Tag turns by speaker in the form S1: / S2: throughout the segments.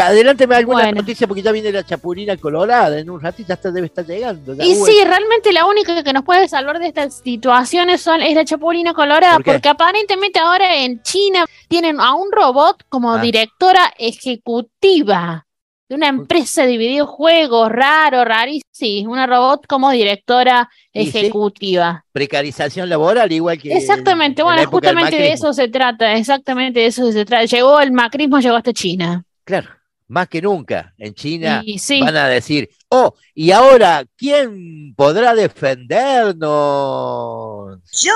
S1: Adelánteme alguna
S2: Bueno.
S1: noticia porque ya viene la chapurina colorada. En un ratito hasta debe estar llegando. la
S2: Y
S1: uva.
S2: sí, realmente la única que nos puede salvar de estas situaciones son, es la Chapulina Colorada,
S1: ¿Por qué?
S2: porque aparentemente ahora en China tienen a un robot como
S1: Ah.
S2: directora ejecutiva de una empresa de videojuegos raro, rarísimo. Sí, una robot como directora
S1: Y sí.
S2: ejecutiva.
S1: Precarización laboral, igual que.
S2: exactamente,
S1: en la
S2: bueno,
S1: época del
S2: justamente de
S1: macrismo.
S2: eso se trata, exactamente de eso se trata. Llegó el macrismo, llegó hasta China.
S1: Claro, más que nunca. En China
S2: Y sí,
S1: van a decir, oh, y ahora, ¿quién podrá defendernos?
S3: ¡Yo!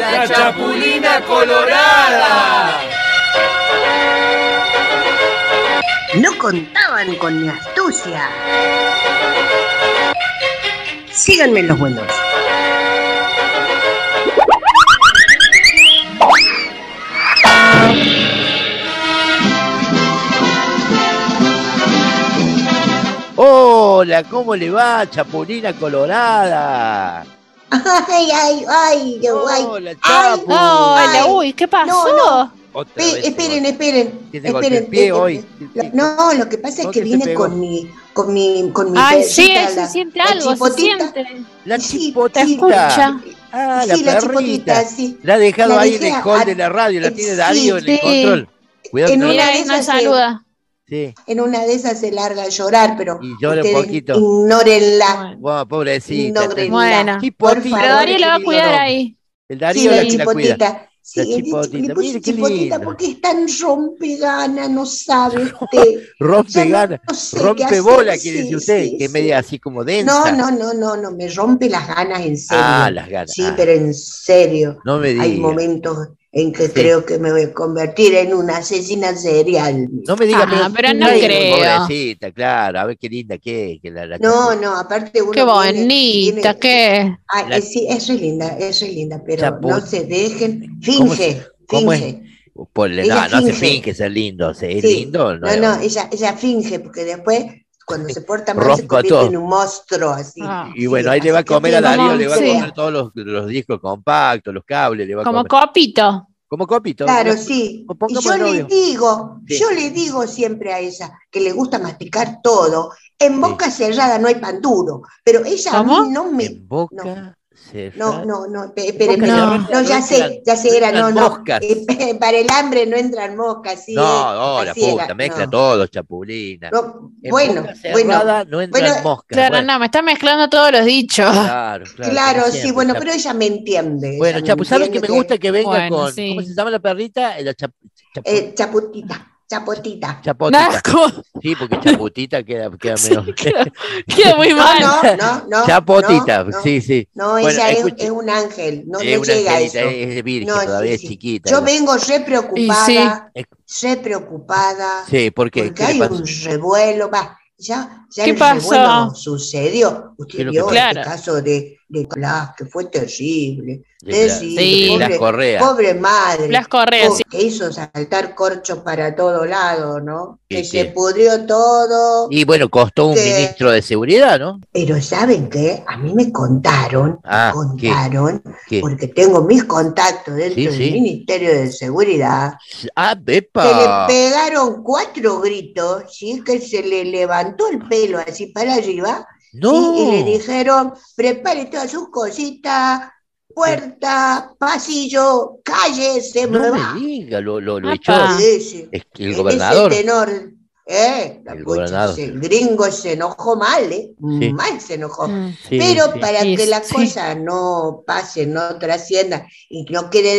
S4: La Chapulina Colorada.
S3: No contaban con mi astucia. Síganme en los buenos.
S1: Hola, ¿cómo le va, Chapulina Colorada?
S5: Ay, ay, ay, no, ay.
S1: Hola, Chapu.
S2: hola,
S5: Ay,
S2: uy, ¿qué pasó?
S5: no.
S1: Otra
S5: Pe-
S1: vez,
S5: esperen, esperen.
S1: ¿Quién te golpeó el
S5: esperen.
S1: pie
S5: eh,
S1: hoy?
S5: la- no, lo que pasa es
S1: ¿Dónde
S5: que
S1: te
S5: viene
S1: pegó?
S5: con mi, con mi, con mi.
S2: Ay, sí,
S5: perrita,
S2: ahí se
S5: la-
S2: siente
S5: la
S2: algo, se
S5: chipotita.
S2: siente.
S1: La
S5: Sí,
S1: chipotita.
S2: te escucha.
S1: Ah, la
S5: sí, la chipotita,
S1: perrita.
S5: sí.
S1: La ha dejado
S5: La
S1: ahí en
S5: dejé
S1: el hall
S5: a-
S1: de la radio, la
S5: eh,
S1: tiene
S5: sí,
S1: Darío en el
S2: sí.
S1: control. Cuidado,
S5: En
S1: no-
S5: una-
S2: Mira, ahí
S5: de
S2: nos
S5: esas, eh,
S2: saluda.
S1: sí.
S5: En una de esas se larga a llorar, pero
S1: Y llora un
S5: ustedes
S1: poquito.
S5: Ignórenla.
S2: Bueno.
S1: Guau, pobrecita.
S5: Ignórenla.
S2: Bueno.
S1: Chipotita,
S5: Por favor,
S2: Pero Darío
S1: qué
S2: la va a
S1: lindo
S2: cuidar
S1: nombre.
S2: ahí.
S1: El
S5: Sí,
S1: Darío
S5: la
S1: la, que la cuida.
S5: chipotita. Sí,
S1: La
S5: le- le
S1: chipotita,
S5: puse
S1: mire qué
S5: chipotita
S1: lindo.
S5: porque es tan rompegana, no sabe usted. Ya
S1: Rompe
S5: no-
S1: gana,
S5: no sé qué
S1: rompe
S5: hacer,
S1: bola, quiere
S5: sí,
S1: decir usted,
S5: sí,
S1: que
S5: sí.
S1: media así como densa.
S5: No, no, no, no, no, me rompe las ganas en serio.
S1: Ah, las ganas.
S5: Sí,
S1: ah,
S5: pero en serio.
S1: no me
S5: Hay
S1: diga.
S5: momentos en que
S1: Sí.
S5: creo que me voy a convertir en una asesina serial.
S1: No me diga,
S2: Ah, pero no
S1: Ay,
S2: creo.
S1: Pobrecita, claro, a ver qué linda que es. Que la, la
S5: No, no, aparte uno
S2: Qué
S5: viene-
S2: bonita,
S5: viene-
S2: qué.
S5: Ah,
S1: La-
S5: eh, sí, es re linda, es re linda, pero
S1: Chapu-
S5: no se dejen,
S1: ¿Cómo se-
S5: finge,
S1: cómo es?
S5: finge.
S1: Por- no,
S5: Ella
S1: no se
S5: finge.
S1: finge ser lindo, se es
S5: Sí.
S1: lindo. No,
S5: No, no, ella, ella finge, porque después cuando se porta mal
S1: Ronco
S5: se convierte
S1: todo.
S5: en un monstruo así.
S2: Ah.
S1: Y bueno, ahí le va a
S5: así que
S1: comer a
S5: tiene
S1: Darío,
S2: como-
S1: le va a
S2: sí.
S1: comer todos los, los discos compactos, los cables, le va a
S2: Como
S1: comer.
S2: copito.
S1: Como copito.
S5: Claro, sí.
S1: O pongamos
S5: Y yo
S1: el
S5: le
S1: novio.
S5: digo,
S1: Sí.
S5: yo le digo siempre a ella que le gusta masticar todo. En boca cerrada no hay pan duro, pero ella a
S2: ¿Cómo?
S5: mí no me...
S1: En boca se
S5: No, no, no, pe-
S1: Boca
S5: espere, espere.
S2: cerrada
S5: No,
S1: no entran-
S5: ya sé, ya sé, era, no,
S1: entran
S5: no.
S1: moscas.
S5: Eh, Para el hambre no entran moscas, sí.
S1: No, no, la
S5: así era,
S1: puta, mezcla
S5: no.
S1: todo, chapulina.
S5: No,
S1: En
S5: bueno,
S1: boca
S5: bueno,
S1: cerrada no entran
S5: bueno, Ah,
S1: moscas.
S2: Claro,
S1: bueno,
S2: no, me está mezclando todos los dichos.
S1: claro, claro,
S5: claro,
S1: como
S5: sí,
S1: siempre,
S5: bueno,
S1: Chapu.
S5: pero ella me entiende.
S1: Bueno,
S5: ella
S1: Chapu, ¿sabes que
S5: entiende
S1: me gusta que venga
S2: Bueno,
S1: con.
S2: sí.
S1: ¿Cómo se llama la perrita? Eh, La chap- chapu-
S5: Eh, chaputita, chapotita.
S1: chapotita.
S2: Nasco.
S1: Sí, porque chaputita queda, queda menos.
S2: Queda muy
S5: No,
S2: mal.
S5: no, no, no.
S1: Ah, Chapotita,
S5: no, no.
S1: sí, sí.
S5: No,
S1: Bueno,
S5: ella es-
S1: escuche.
S5: es, un ángel, no,
S1: es
S5: no
S1: una
S5: llega a
S1: angelita,
S5: eso.
S1: es, es virgen,
S5: No, sí,
S1: todavía
S5: sí.
S1: es chiquita.
S5: Yo
S1: ¿no?
S5: vengo re preocupada,
S1: sí.
S5: re preocupada,
S1: Sí, ¿por qué?
S5: porque
S1: ¿Qué le
S5: hay
S1: pasó?
S5: un revuelo, va, ya, ya
S2: ¿Qué
S5: el
S2: pasó?
S5: revuelo sucedió.
S1: ¿Qué es
S5: Usted
S1: lo que
S5: vio
S1: pasó?
S2: Claro.
S5: el caso de, de Blas, que fue terrible,
S1: De la-
S5: Sí,
S1: de las
S2: pobre-
S1: correas.
S5: pobre madre,
S2: Las correas. sí.
S5: pobre, que hizo saltar corchos para todo lado, ¿no?
S1: Sí,
S5: que
S1: sí.
S5: se pudrió todo.
S1: Y bueno, costó un
S5: Sí.
S1: ministro de seguridad, ¿no?
S5: Pero ¿saben qué? A mí me contaron,
S1: Ah, ¿qué?
S5: contaron,
S1: ¿Qué?
S5: porque tengo mis contactos dentro
S1: Sí,
S5: del
S1: sí.
S5: Ministerio de Seguridad,
S1: Ah,
S5: que le
S1: Pepa.
S5: pegaron cuatro gritos, ¿sí? que se le levantó el pelo así para arriba, ¿sí?
S1: No.
S5: y le dijeron, prepare todas sus cositas, puerta, pasillo, calle, se
S1: no me
S5: me va.
S1: diga, lo, lo, lo
S2: Apa.
S1: echó
S2: Ah.
S5: Sí, sí.
S1: es que
S5: En
S1: el
S5: ese
S1: gobernador.
S5: tenor, ¿eh? La
S1: El
S5: pucha,
S1: gobernador.
S5: El gringo se enojó mal, ¿eh?
S1: Sí.
S5: Mal se enojó.
S2: Mm.
S1: Sí,
S5: Pero
S1: sí.
S5: para
S2: Sí,
S5: que la
S2: sí.
S5: cosa no pase, no trascienda y no quede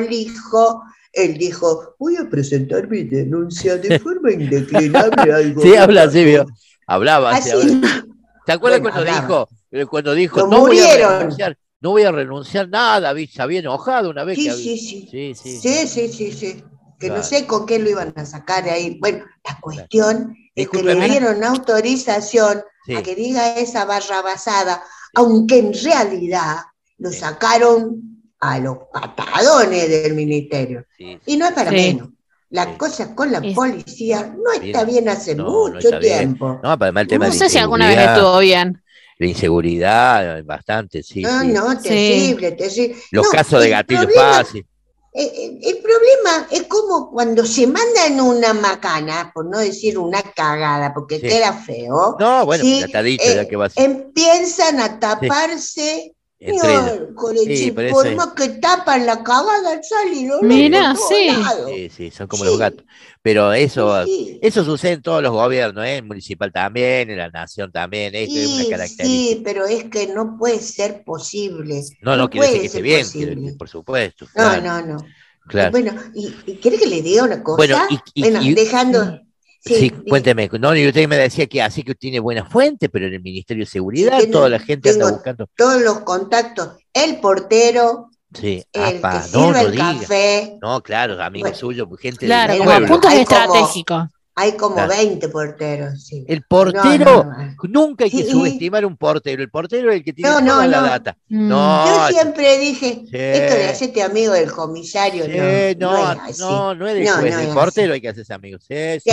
S5: desprolijo, él dijo, voy a presentar mi denuncia de forma indeclinable al
S1: Sí,
S5: gobierno".
S1: habla así, vio. Hablaba así.
S5: Así,
S1: hablaba. ¿Te acuerdas
S5: Bueno,
S1: cuando
S5: hablaba.
S1: dijo? eh, Cuando dijo,
S5: Lo
S1: no voy a
S5: murieron.
S1: renunciar, no voy a renunciar nada, vi, se había enojado una vez.
S5: sí,
S1: que había-
S5: sí, sí.
S1: sí, sí.
S5: Sí, sí, sí, sí. Que
S1: Claro.
S5: no sé con qué lo iban a sacar de ahí. Bueno, la cuestión es que le
S1: Discúlpeme.
S5: dieron autorización
S1: sí.
S5: a que diga esa barrabasada, aunque en realidad lo
S1: Sí.
S5: sacaron a los patadones del ministerio.
S1: sí, sí.
S5: Y no es para
S2: Sí.
S5: menos. La
S1: Sí.
S5: cosa con la
S2: Es-
S5: policía no está
S1: Bien.
S5: bien hace
S1: No, no
S5: mucho
S1: está bien.
S5: tiempo.
S1: No, para el tema
S2: No
S1: de
S2: sé si alguna vez
S1: inseguridad,
S2: estuvo bien.
S1: La inseguridad, bastante, sí.
S5: No,
S1: sí.
S5: no,
S2: Sí.
S5: terrible, terrible.
S1: Los
S5: No,
S1: casos de
S5: el
S1: gatillo
S5: problema-
S1: fácil.
S5: Eh, eh, El problema es como cuando se mandan una macana, por no decir una cagada, porque
S1: Sí.
S5: queda feo,
S1: No, bueno,
S5: Sí,
S1: ya te ha dicho
S5: eh,
S1: ya que vas
S5: empiezan a taparse
S1: entre
S5: con el
S1: Sí, por eso
S5: por
S1: es.
S5: más que tapan la cagada, sale olor
S2: Mirá,
S5: por todos
S2: sí.
S5: lados.
S1: Sí, sí, son como
S5: Sí.
S1: los gatos. Pero eso,
S5: Sí.
S1: eso sucede en todos los gobiernos, ¿eh? En municipal también, en la nación también, ¿eh? esto es
S5: Y
S1: una característica.
S5: sí, pero es que no puede ser posible.
S1: No, no, quiere decir
S5: puede
S1: que esté
S5: ser
S1: bien,
S5: posible.
S1: quiero decir, por supuesto.
S5: No,
S1: claro,
S5: no, no.
S1: claro.
S5: Bueno, ¿y, y quiere que le diga una cosa?
S1: Bueno, y- y-
S5: Bueno,
S1: y- mm,
S5: dejando.
S1: Sí,
S5: di-
S1: cuénteme. No, y usted me decía que así que tiene buena fuente, pero en el Ministerio de Seguridad
S5: Sí, tengo-
S1: toda la gente anda
S5: tengo-
S1: buscando.
S5: Todos los contactos, el portero,
S1: Sí,
S5: el
S1: apa,
S5: que
S1: no,
S5: sirve
S1: no
S5: el
S1: diga.
S5: café,
S1: No, claro, amigos
S5: Bueno.
S1: suyos, gente
S2: Claro,
S1: del
S2: como
S1: pueblo.
S2: puntos
S5: Hay como-
S2: estratégicos.
S5: hay como
S1: Claro.
S5: 20 porteros. sí.
S1: El
S5: No, no,
S1: portero,
S5: no.
S1: nunca hay que
S5: Sí.
S1: subestimar un portero. El portero es el que tiene
S5: No, no,
S1: toda la
S5: no.
S1: data.
S2: Mm.
S1: No,
S5: Yo siempre dije,
S1: Sí.
S5: esto de hacerte amigo del comisario, no,
S1: Sí, no,
S5: no es
S1: no,
S5: así.
S1: no, es del
S5: No,
S1: juez,
S5: no
S1: del
S5: es
S1: portero hay que hacerse amigos. Sí, sí.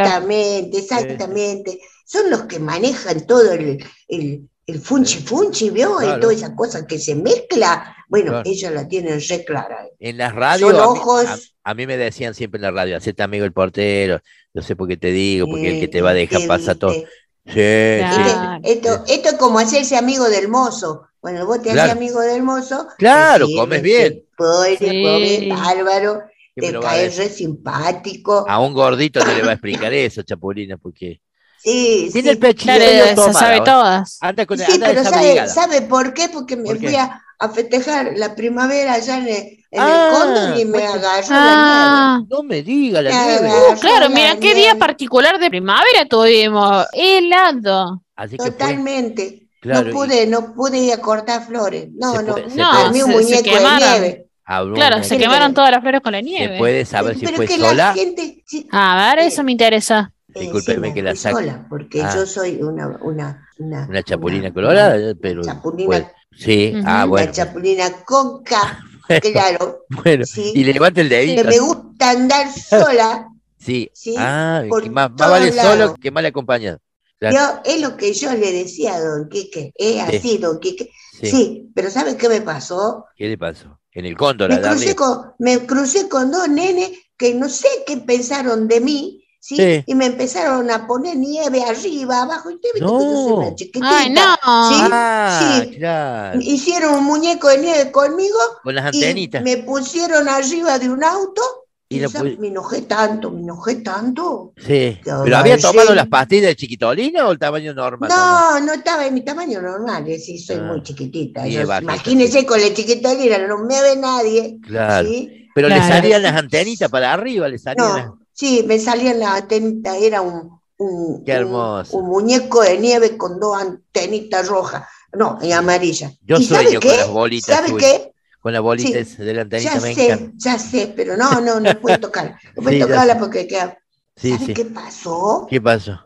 S5: Exactamente, exactamente. Son los que manejan todo el, el, el funchi funchi, ¿vio?
S1: Claro.
S5: Y toda esa cosa que se mezcla. Bueno,
S1: Claro.
S5: ellos la tienen re clara.
S1: En las radios,
S5: Son
S1: a mí,
S5: ojos.
S1: a- a mí me decían siempre en la radio, hacete amigo el portero, no sé por qué te digo, porque el que te va a dejar
S5: Eh,
S1: pasa todo. Sí, sí,
S5: viste. Este-
S2: Claro.
S5: Esto, esto es como hacerse amigo del mozo. Bueno, vos te haces
S1: Claro.
S5: amigo del mozo.
S1: Claro,
S5: decís,
S1: comes
S5: sí,
S1: bien.
S5: pobre,
S2: Sí.
S5: pobre, bárbaro,
S1: ¿Qué me
S5: te
S1: lo va a
S5: caes
S1: decir? Ah.
S5: re simpático.
S1: A un gordito no le va a explicar eso, Chapulina, porque
S5: Sí,
S1: tiene
S5: sí.
S1: el pechito
S2: Claro,
S1: medio
S2: se
S1: tomado,
S2: sabe
S1: ¿eh?
S2: todas.
S1: Anda con
S5: Sí,
S1: anda
S5: pero ¿sabe,
S1: desabrigada.
S5: ¿sabe por qué? Porque me
S1: ¿Por qué?
S5: fui a, a festejar la primavera allá en el, en el
S1: Ah,
S5: cóndor y me
S1: bueno.
S5: agarró
S2: Ah, Uh,
S1: No me diga la
S5: la nieve. Me
S1: nieve.
S5: agarró
S2: claro,
S5: la
S2: mira qué día
S5: nieve.
S2: particular de primavera tuvimos. Helado.
S1: Así que fue-
S5: Totalmente.
S1: claro, y-
S5: no pude, no pude ir a cortar flores. No,
S1: Se
S5: no.
S1: puede- se
S2: No,
S5: Armé un
S2: Ah, se- se
S5: muñeco de
S2: quemaron.
S5: nieve.
S1: Ah, bueno,
S2: Claro, se
S5: Sí,
S2: quemaron
S5: pero-
S2: todas las flores con la
S1: ¿Se
S2: nieve.
S1: puede saber si
S5: Pero
S1: fue
S5: que
S1: sola?
S5: la gente. sí,
S2: A ver, eso me interesa.
S5: eh,
S1: Discúlpeme
S5: sí,
S1: que la
S5: fui
S1: saque.
S5: sola, porque
S1: Ah.
S5: yo soy una. Una, una,
S1: Una chapulina
S5: una-
S1: colorada,
S5: una
S1: pero.
S5: chapulina-
S1: bueno, sí,
S2: Ujú.
S1: ah,
S5: una
S1: bueno.
S5: chapulina conca, claro.
S1: Bueno,
S5: sí.
S1: y le levanta el
S5: Que
S1: dedito.
S5: me gusta andar sola.
S1: Sí.
S5: Sí,
S1: Ah,
S5: por
S1: que más, más
S5: todos
S1: vale solo
S5: lados.
S1: que mal acompañado.
S5: Yo, es lo que yo le decía a don Quique, es
S1: Sí.
S5: así, don Quique.
S1: Sí.
S5: Sí. pero ¿sabes qué me pasó?
S1: ¿Qué le pasó? En el cóndor,
S5: Me
S1: a darle-
S5: crucé, con, me crucé con dos nenes que no sé qué pensaron de mí, ¿sí?
S1: Sí.
S5: Y me empezaron a poner nieve arriba, abajo, y usted viste que yo soy
S1: No.
S5: una chiquitita.
S2: Ay, no.
S5: Sí.
S1: Ah,
S5: sí.
S1: claro.
S5: Hicieron un muñeco de nieve conmigo
S1: Con las
S5: y
S1: antenitas.
S5: me pusieron arriba de un auto
S1: Y
S5: y,
S1: la pu-
S5: ¿sabes? me enojé tanto, me enojé tanto.
S1: Sí. ¿Pero
S5: Ahora
S1: había tomado
S5: sí.
S1: las pastillas de chiquitolina o el tamaño normal? nomás?
S5: No, no estaba en mi tamaño normal, es decir, soy
S1: Ah.
S5: muy chiquitita.
S1: Sí,
S5: yo-
S1: es bajita,
S5: imagínense con la chiquitolina, no me ve nadie.
S1: Claro.
S5: ¿sí?
S1: Pero le
S2: Claro.
S1: salían las antenitas para arriba, le salían las.
S5: No, sí, me salían las antenitas, era un, un,
S1: Qué
S5: un-
S1: hermoso.
S5: un muñeco de nieve con dos antenitas rojas, no, y amarillas.
S1: Yo
S5: ¿Y sabe
S1: sueño con
S5: qué?
S1: las bolitas
S5: ¿Sabe
S1: tuyas.
S5: qué?
S1: Con las bolitas de la
S5: Ya
S1: antenita, me
S5: sé,
S1: encanta.
S5: ya sé, pero no, no, no puedo tocarla. No
S1: Sí,
S5: puedo
S1: ya
S5: tocarla
S1: sé.
S5: porque queda.
S1: Sí,
S5: ¿Sabe
S1: sí.
S5: qué pasó?
S1: ¿Qué pasó?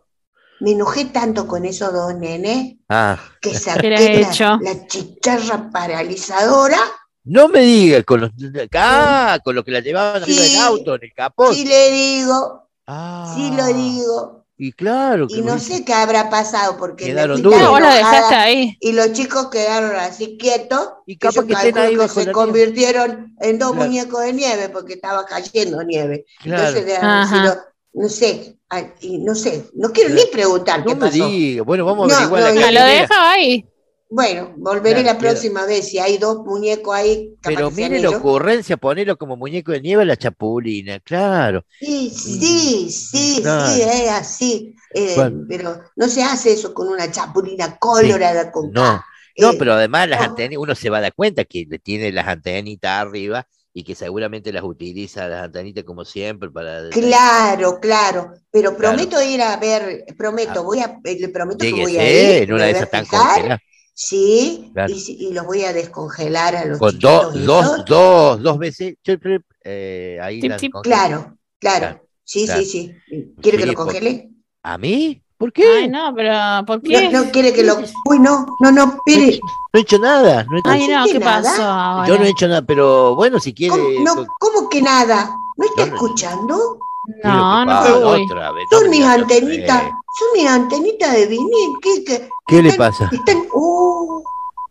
S5: Me enojé tanto con esos dos nenes
S1: Ah.
S5: que
S2: ¿Qué
S5: saqué
S2: le
S5: la,
S2: has hecho?
S5: la chicharra paralizadora
S1: No me digas, con los ah, con los que la llevaban arriba
S5: Sí.
S1: del auto, en el capó.
S5: Sí le digo,
S1: Ah,
S5: sí lo digo.
S1: Y claro, que
S5: Y no
S1: lo-
S5: sé qué habrá pasado porque me
S1: Quedaron
S5: fui
S1: duros.
S5: tan
S2: No, vos lo
S5: enojada
S2: dejaste ahí.
S5: y los chicos quedaron así quietos.
S1: Y
S5: que
S1: capaz
S5: yo
S1: que estén
S5: calculo
S1: ahí
S5: que
S1: bajo
S5: se
S1: la nieve.
S5: convirtieron en dos
S1: Claro.
S5: muñecos de nieve porque estaba cayendo nieve.
S1: Claro.
S5: Entonces, de haber
S2: Ajá.
S5: sido, no sé, ay, y no sé, no quiero
S1: Claro.
S5: ni preguntar
S1: No
S5: qué
S1: me
S5: pasó.
S1: digas. Bueno, vamos a
S5: No,
S1: averiguar la
S5: no, no,
S2: Ah, Lo
S1: cartelera.
S2: dejaba ahí.
S5: Bueno, volveré
S1: Claro, queda-
S5: la próxima vez si hay dos muñecos ahí. capaz
S1: Pero
S5: que sean
S1: mire la
S5: ellos.
S1: ocurrencia, ponerlo como muñeco de nieve a la chapulina, claro.
S5: Sí, sí, sí,
S1: Mm. Claro.
S5: sí, es así. Eh,
S1: Bueno.
S5: Pero no se hace eso con una chapulina colorada con
S1: No,
S5: K.
S1: no,
S5: Eh,
S1: pero además las
S5: no.
S1: antenitas, uno se va a dar cuenta que le tiene las antenitas arriba y que seguramente las utiliza las antenitas como siempre para
S5: Claro, claro. Pero
S1: Claro.
S5: prometo ir a ver, prometo,
S1: Ah.
S5: voy a, eh, le prometo que voy a
S1: Lléguese
S5: ir.
S1: en una
S5: me
S1: de
S5: voy a
S1: esas tan
S5: fijar,
S1: congeladas.
S5: Sí,
S1: Claro.
S5: y, si- y los voy a descongelar a los
S1: Con
S5: chiquitos
S1: dos,
S5: esos.
S1: dos, dos, dos veces. chup, chup, eh, ahí
S2: Tip,
S1: las
S2: tip.
S1: congelas.
S5: Claro, claro. Sí,
S1: claro.
S5: sí, sí. ¿Quiere
S1: Sí,
S5: que lo
S1: por-
S5: congele?
S1: ¿A mí? ¿Por
S2: Ay,
S1: qué?
S2: no, pero ¿por
S5: No,
S2: qué?
S5: no quiere que lo. Uy, no, no, no, espere.
S1: No he hecho nada. no he hecho-
S2: Ay, no,
S5: hiciste
S2: ¿qué
S5: nada?
S2: pasó ahora?
S1: yo no he hecho nada, pero bueno, si quiere.
S5: ¿Cómo, no,
S1: con-
S5: ¿cómo que nada? ¿No está
S1: Yo no-
S5: escuchando?
S1: quiero que
S2: No, no,
S1: pare
S2: uy.
S1: otra vez, no
S5: Son
S1: me
S5: mis
S1: diga otra
S5: antenitas,
S1: vez.
S5: son mis antenitas de vinil, ¿qué, qué?
S1: ¿Qué le
S5: Están-
S1: pasa?
S5: Están, uh,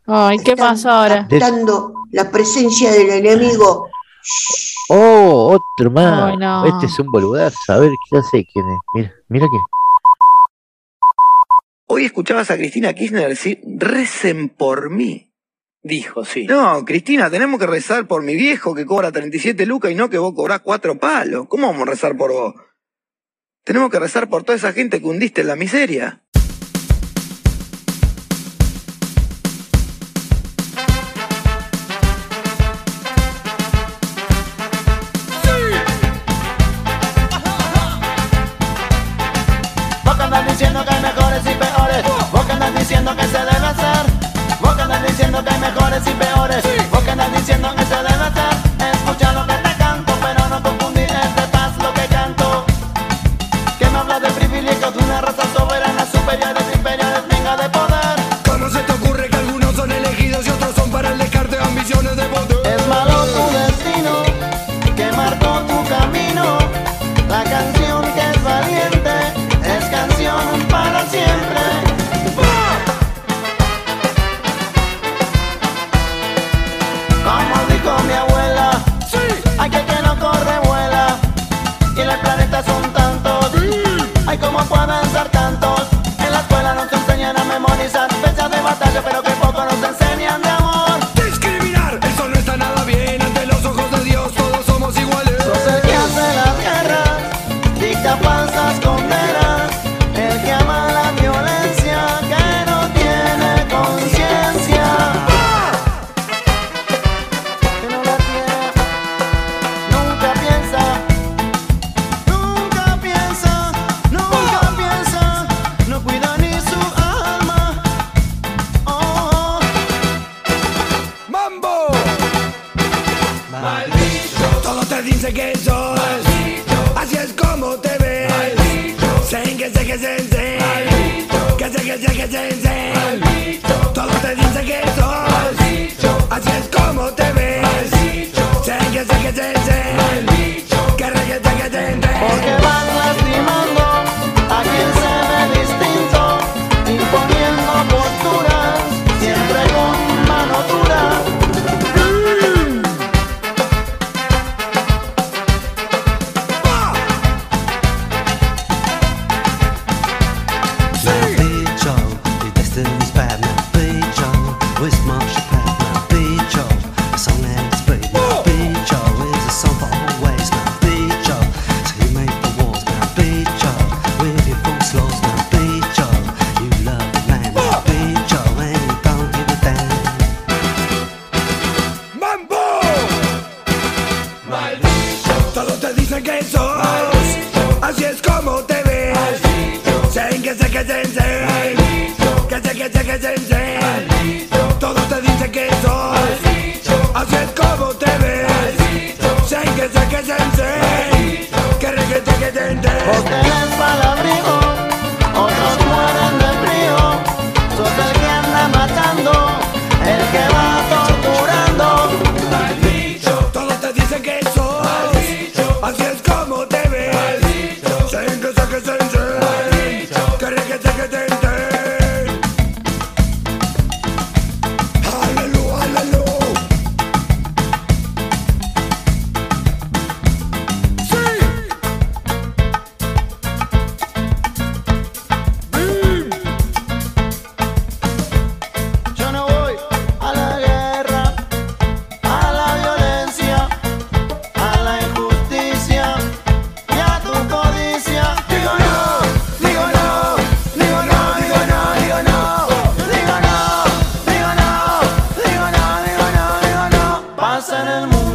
S2: Ay, ¿qué
S5: están
S2: pasó ahora?
S5: captando la presencia del enemigo.
S1: Oh, otro más.
S2: Ay, no.
S1: Este es un boludazo. A ver, ya sé quién es. Mira, mira que.
S6: Hoy escuchabas a Cristina Kirchner decir, recen por mí.
S7: Dijo, sí.
S6: No, Cristina, tenemos que rezar por mi viejo que cobra 37 lucas y no que vos cobrás cuatro palos. ¿Cómo vamos a rezar por vos? Tenemos que rezar por toda esa gente que hundiste en la miseria.
S4: Vos que andas diciendo que hay mejores y peores. Vos que andas diciendo que se debe hacer. Vos que andas diciendo que hay mejores y peores. Vos que andas diciendo que se debe hacer. Escucha lo que te canto, pero no confundí este paz lo que canto. Que me habla de privilegios de una raza soberana, superiores, inferiores, venga de poder.
S8: ¿Cómo se te ocurre que algunos son elegidos y otros son para el descarte de ambiciones de poder?
S4: Es malo tu destino que marcó tu camino. La canción que es valiente es canción para siempre. Como dijo mi abuela, hay que que no corre vuela. Y en el planeta son tantos, hay como pueden ser tantos. En la escuela nos enseñan a memorizar fechas de batalla, pero que poco nos enseñan de amor.
S8: Discriminar, eso no está nada bien. Ante los ojos de Dios todos somos iguales.
S4: Sos el que hace las guerras, dicta falsas condenas, el que ama la violencia, que no tiene conciencia. Que no la tiene, nunca piensa, nunca piensa, nunca piensa, no cuida ni su alma. Oh,
S8: ¡Mambo! Maldito. Todos te dicen que sos. Así es como te ves. Sen que se que se se. Que se que se que se se. Todos te dicen que sos. Así es como te ves. Sen que se que se se. Que re que se que se
S4: Porque
S8: se.
S4: van lastimando a quien se ve distinto, imponiendo posturas, siempre con mano dura. oh, oh.
S8: ¡Mambo! Todos te dicen que sos. Así es como te ves. Sen que se que se se. Que se que se que se se. Todos te dicen que sos. Así es como te ves. Sen que se que se se. Que re que se que se se.
S4: Porque les palabrigo, otros mueren de frío. Sos el que anda matando, el que va torturando.
S8: Todos te dicen que sos. Así es como te ves. Sen que se que se se. Que re que se que se se. Aleluya, aleluya.
S4: Yo no voy a la guerra, a la violencia, a la injusticia y a tu codicia. Digo no, digo no, digo no, digo no, digo no, digo no, digo no, digo no, digo no, digo no. Pasa en el mundo. Oh,